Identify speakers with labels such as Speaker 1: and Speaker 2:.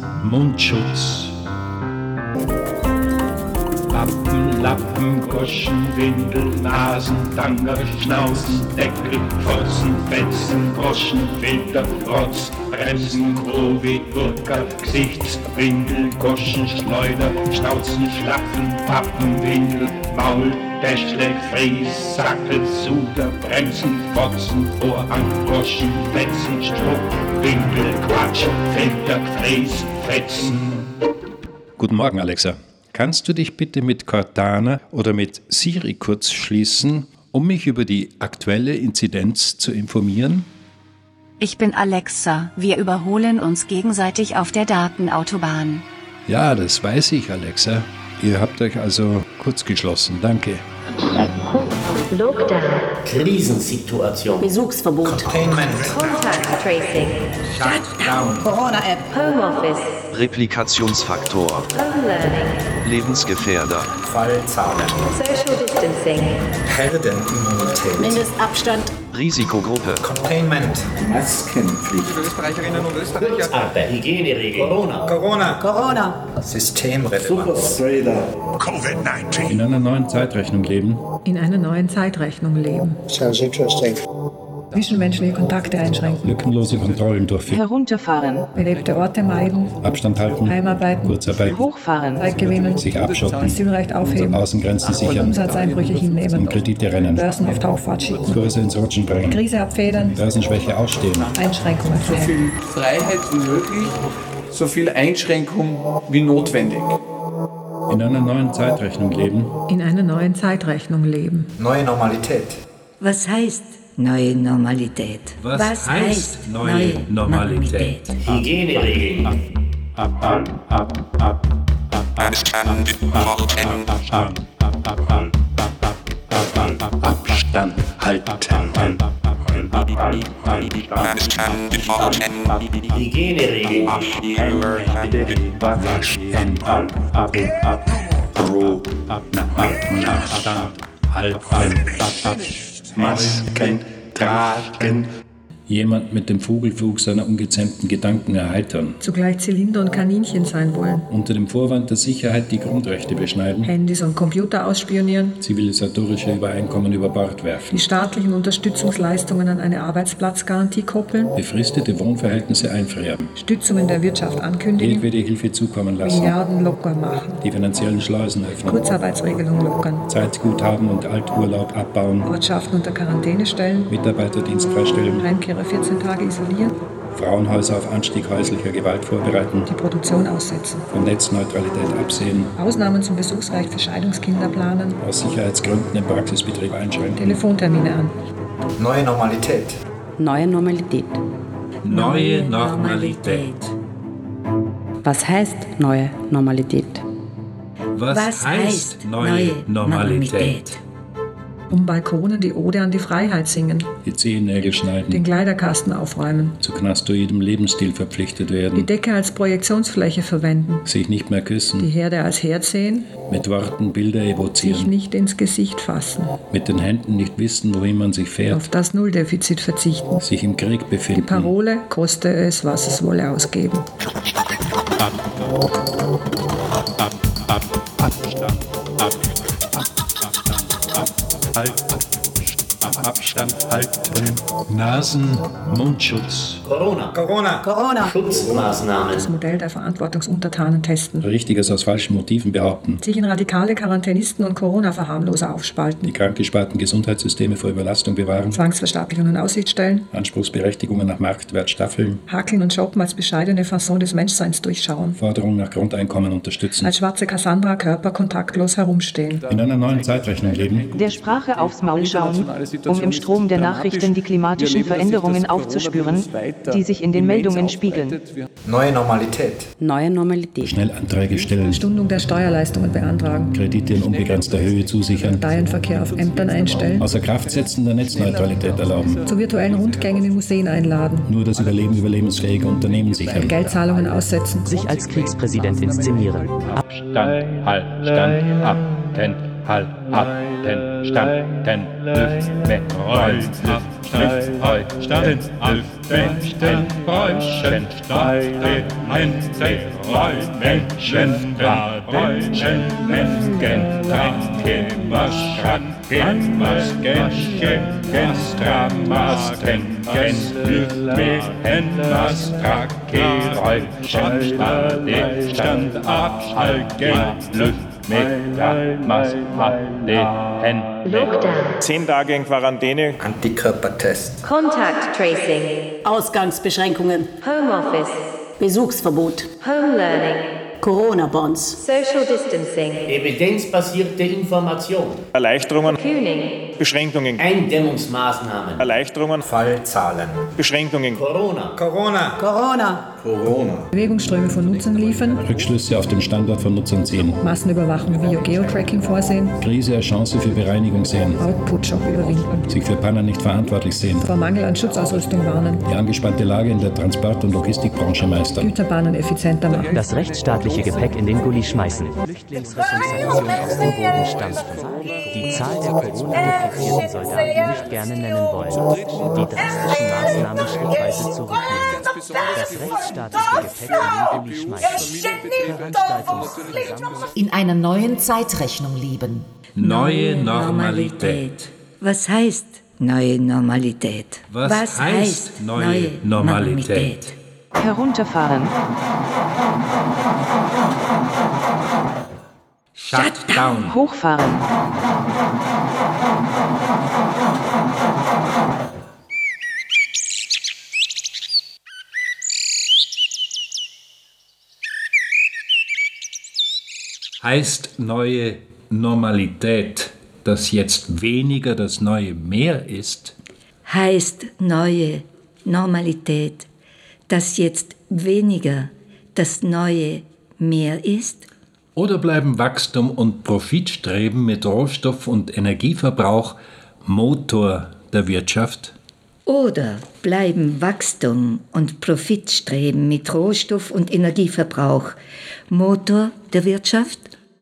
Speaker 1: Nasen-Mundschutz. Wappen, Lappen, Goschen, Windel, Nasen, Tanger, Schnauzen, Deckel, Fotzen, Fetzen, Groschen, Filter, Rotz, Bremsen, Grovi, Gurker, Gesichtswindel, Goschen, Schleuder, Schnauzen, Schlappen, Pappen, Windel, Maul, Täschle, Fries, Sackel, Suder, Bremsen, Fotzen, Vorhang, Goschen, Fetzen, Struck, Windel, Quatsch, Filter, Fries, Fetzen.
Speaker 2: Guten Morgen, Alexa. Kannst du dich bitte mit Cortana oder mit Siri kurz schließen, um mich über die aktuelle Inzidenz zu informieren?
Speaker 3: Ich bin Alexa, wir überholen uns gegenseitig auf der Datenautobahn.
Speaker 2: Ja, das weiß ich, Alexa. Ihr habt euch also kurz geschlossen. Danke.
Speaker 4: Lockdown.
Speaker 5: Krisensituation.
Speaker 4: Besuchsverbot. Contact Tracing.
Speaker 6: Corona-App.
Speaker 4: Home Office.
Speaker 7: Replikationsfaktor,
Speaker 4: Home Learning.
Speaker 7: Lebensgefährder,
Speaker 5: Fallzahlen.
Speaker 4: Social Distancing.
Speaker 5: Herdenimmunität.
Speaker 6: Mindestabstand.
Speaker 7: Risikogruppe,
Speaker 5: Containment. Maskenpflicht.
Speaker 8: Österreicherinnen und Österreicher.
Speaker 5: Arbeit. Hygieneregeln. Corona. Corona.
Speaker 6: Corona.
Speaker 5: Systemrelevanz.
Speaker 2: In einer neuen Zeitrechnung leben.
Speaker 9: in einer neuen Zeitrechnung leben. Zwischenmenschliche Kontakte einschränken,
Speaker 2: Lückenlose Kontrollen durchführen.
Speaker 4: Herunterfahren.
Speaker 9: belebte Orte meiden,
Speaker 2: Abstand halten.
Speaker 9: Heimarbeiten,
Speaker 2: Kurzarbeit.
Speaker 4: Hochfahren.
Speaker 9: Zeit gewinnen,
Speaker 2: Sich abschotten.
Speaker 9: Asylrecht aufheben,
Speaker 2: Außengrenzen sichern.
Speaker 9: Umsatzeinbrüche hinnehmen,
Speaker 2: Um Kredite rennen.
Speaker 9: Börsen auf Tauchfahrt schicken,
Speaker 2: Kurse ins Rutschen bringen.
Speaker 9: Krise abfedern,
Speaker 2: Börsenschwäche ausstehen.
Speaker 9: Einschränkungen
Speaker 8: So
Speaker 9: verhängen.
Speaker 8: viel Freiheit wie möglich, so viel Einschränkung wie notwendig.
Speaker 2: In einer neuen Zeitrechnung leben.
Speaker 9: In einer neuen Zeitrechnung leben.
Speaker 5: Neue Normalität.
Speaker 10: Was heißt neue Normalität?
Speaker 2: Was heißt neue Normalität?
Speaker 5: Hygieneregeln.
Speaker 2: Abstand halten.
Speaker 5: Hygieneregeln.
Speaker 2: Pro Abstand halten. Masken tragen. Jemand mit dem Vogelflug seiner ungezähmten Gedanken erheitern.
Speaker 9: Zugleich Zylinder und Kaninchen sein wollen.
Speaker 2: Unter dem Vorwand der Sicherheit die Grundrechte beschneiden.
Speaker 9: Handys und Computer ausspionieren.
Speaker 2: Zivilisatorische Übereinkommen über Bord werfen.
Speaker 9: Die staatlichen Unterstützungsleistungen an eine Arbeitsplatzgarantie koppeln.
Speaker 2: Befristete Wohnverhältnisse einfrieren.
Speaker 9: Stützungen der Wirtschaft ankündigen.
Speaker 2: Jedwede Hilfe zukommen lassen.
Speaker 9: Milliarden locker machen.
Speaker 2: Die finanziellen Schleusen öffnen.
Speaker 9: Kurzarbeitsregelung lockern.
Speaker 2: Zeitguthaben und Alturlaub abbauen.
Speaker 9: Ortschaften unter Quarantäne stellen.
Speaker 2: Mitarbeiterdienst freistellen.
Speaker 9: Heimkehrer 14 Tage isolieren.
Speaker 2: Frauenhäuser auf Anstieg häuslicher Gewalt vorbereiten.
Speaker 9: Die Produktion aussetzen.
Speaker 2: Von Netzneutralität absehen.
Speaker 9: Ausnahmen zum Besuchsrecht für Scheidungskinder planen.
Speaker 2: Aus Sicherheitsgründen den Praxisbetrieb einschränken.
Speaker 9: Telefontermine an.
Speaker 5: Neue Normalität.
Speaker 10: Neue Normalität.
Speaker 1: Neue
Speaker 10: Was heißt neue Normalität? Was heißt neue Normalität?
Speaker 9: Um Balkonen die Ode an die Freiheit singen.
Speaker 2: Die Zehennägel schneiden.
Speaker 9: Den Kleiderkasten aufräumen.
Speaker 2: Zu knastoidem Lebensstil verpflichtet
Speaker 9: Die
Speaker 2: werden.
Speaker 9: Decke als Projektionsfläche verwenden.
Speaker 2: Sich nicht mehr küssen.
Speaker 9: Die Herde als Herd sehen.
Speaker 2: Mit Worten Bilder
Speaker 9: Sich
Speaker 2: evozieren.
Speaker 9: nicht ins Gesicht fassen.
Speaker 2: Mit den Händen nicht wissen, wohin man sich fährt.
Speaker 9: Auf das Nulldefizit verzichten.
Speaker 2: Sich im Krieg
Speaker 9: Die
Speaker 2: befinden.
Speaker 9: Parole, koste es, was es wolle, ausgeben.
Speaker 1: Nasen-Mundschutz.
Speaker 5: Corona. Corona.
Speaker 6: Corona.
Speaker 5: Schutzmaßnahmen.
Speaker 9: Das Modell der Verantwortungsuntertanen testen.
Speaker 2: Richtiges aus falschen Motiven behaupten.
Speaker 9: Sich in radikale Quarantänisten und Corona-Verharmloser aufspalten.
Speaker 2: Die krankgespalten Gesundheitssysteme vor Überlastung bewahren.
Speaker 9: Zwangsverstaatlichung in Aussicht stellen.
Speaker 2: Anspruchsberechtigungen nach Marktwert staffeln.
Speaker 9: Hakeln und Shoppen als bescheidene Fasson des Menschseins durchschauen.
Speaker 2: Forderungen nach Grundeinkommen unterstützen.
Speaker 9: Als schwarze Cassandra Körper kontaktlos herumstehen.
Speaker 2: In einer neuen Zeitrechnung leben.
Speaker 4: Der Sprache aufs Maul schauen,
Speaker 8: Internationale
Speaker 4: um
Speaker 8: Situation
Speaker 4: im Strom der
Speaker 8: ist
Speaker 4: Nachrichten die
Speaker 8: dramatisch.
Speaker 4: klimatischen
Speaker 8: Wir erleben, dass sich das
Speaker 4: Veränderungen
Speaker 8: Coronavirus
Speaker 4: aufzuspüren,
Speaker 8: weiter
Speaker 4: die sich in den
Speaker 8: immens
Speaker 4: Meldungen
Speaker 8: ausbreitet.
Speaker 4: spiegeln.
Speaker 8: Wir
Speaker 5: Neue Normalität.
Speaker 10: Neue Normalität.
Speaker 2: Schnell Anträge stellen.
Speaker 9: Stundung der Steuerleistungen beantragen.
Speaker 2: Kredite in unbegrenzter Höhe zusichern.
Speaker 9: Reihenverkehr auf Ämtern einstellen.
Speaker 2: Außer Kraft setzen der Netzneutralität erlauben.
Speaker 9: Zu virtuellen Rundgängen in Museen einladen.
Speaker 2: Nur das Überleben überlebensfähiger Unternehmen sichern.
Speaker 9: Geldzahlungen aussetzen.
Speaker 11: sich als Kriegspräsident inszenieren.
Speaker 2: Stand, halt, Stand, ab, ten, halt, ab,
Speaker 1: standen, standen, Lüfte, Räume, Lüfte, standen, Lüfte, Räumen, Steine, Hände, Räumen, Schwenden, Räumen, Menschen, Tanke, Maschranken, Masken, Schenken, Stramasten, Lüfte, Hänmas, Trake, Räumen, Stade, Stand, Abschalken, Lüfte, mit Damas, Halle,
Speaker 4: Lockdown.
Speaker 6: Zehn Tage in Quarantäne.
Speaker 5: Antikörpertest.
Speaker 4: Contact tracing.
Speaker 10: Ausgangsbeschränkungen,
Speaker 4: Home office.
Speaker 10: Besuchsverbot,
Speaker 4: Home learning.
Speaker 10: Corona-Bonds,
Speaker 4: Social distancing.
Speaker 6: Evidenzbasierte Information. Erleichterungen.
Speaker 4: Kühning.
Speaker 6: Beschränkungen.
Speaker 5: Eindämmungsmaßnahmen.
Speaker 6: Erleichterungen.
Speaker 5: Fallzahlen.
Speaker 6: Beschränkungen.
Speaker 5: Corona. Corona.
Speaker 9: Bewegungsströme von Nutzern liefern,
Speaker 2: Rückschlüsse auf den Standort von Nutzern ziehen,
Speaker 9: Massenüberwachung via Geotracking vorsehen,
Speaker 2: Krise als Chance für Bereinigung sehen,
Speaker 9: Output-Schock überwinden,
Speaker 2: sich für Panner nicht verantwortlich sehen,
Speaker 9: vor Mangel an Schutzausrüstung warnen,
Speaker 2: die angespannte Lage in der Transport- und Logistikbranche meistern.
Speaker 9: Güterbahnen effizienter machen.
Speaker 11: Das rechtsstaatliche Gepäck in den Gully schmeißen. Die Zahl der Corona-infizierten Soldaten, die nicht gerne nennen wollen. Die drastischen Maßnahmen schrittweise zurücknehmen. Das rechtsstaatliche Gepäck in den Gully schmeißen. Veranstaltungsversammlungen.
Speaker 12: In einer neuen Zeitrechnung leben.
Speaker 1: Neue Normalität.
Speaker 10: Was heißt neue Normalität?
Speaker 1: Was, heißt, neue, Normalität?
Speaker 4: Herunterfahren.
Speaker 1: Shutdown.
Speaker 4: Hochfahren.
Speaker 2: Heißt neue Normalität, dass jetzt weniger das neue Mehr ist?
Speaker 10: Heißt neue Normalität, dass jetzt weniger das neue mehr ist?
Speaker 2: Oder bleiben Wachstum und Profitstreben mit Rohstoff- und Energieverbrauch Motor der Wirtschaft?
Speaker 10: Oder bleiben Wachstum und Profitstreben mit Rohstoff- und Energieverbrauch Motor der Wirtschaft?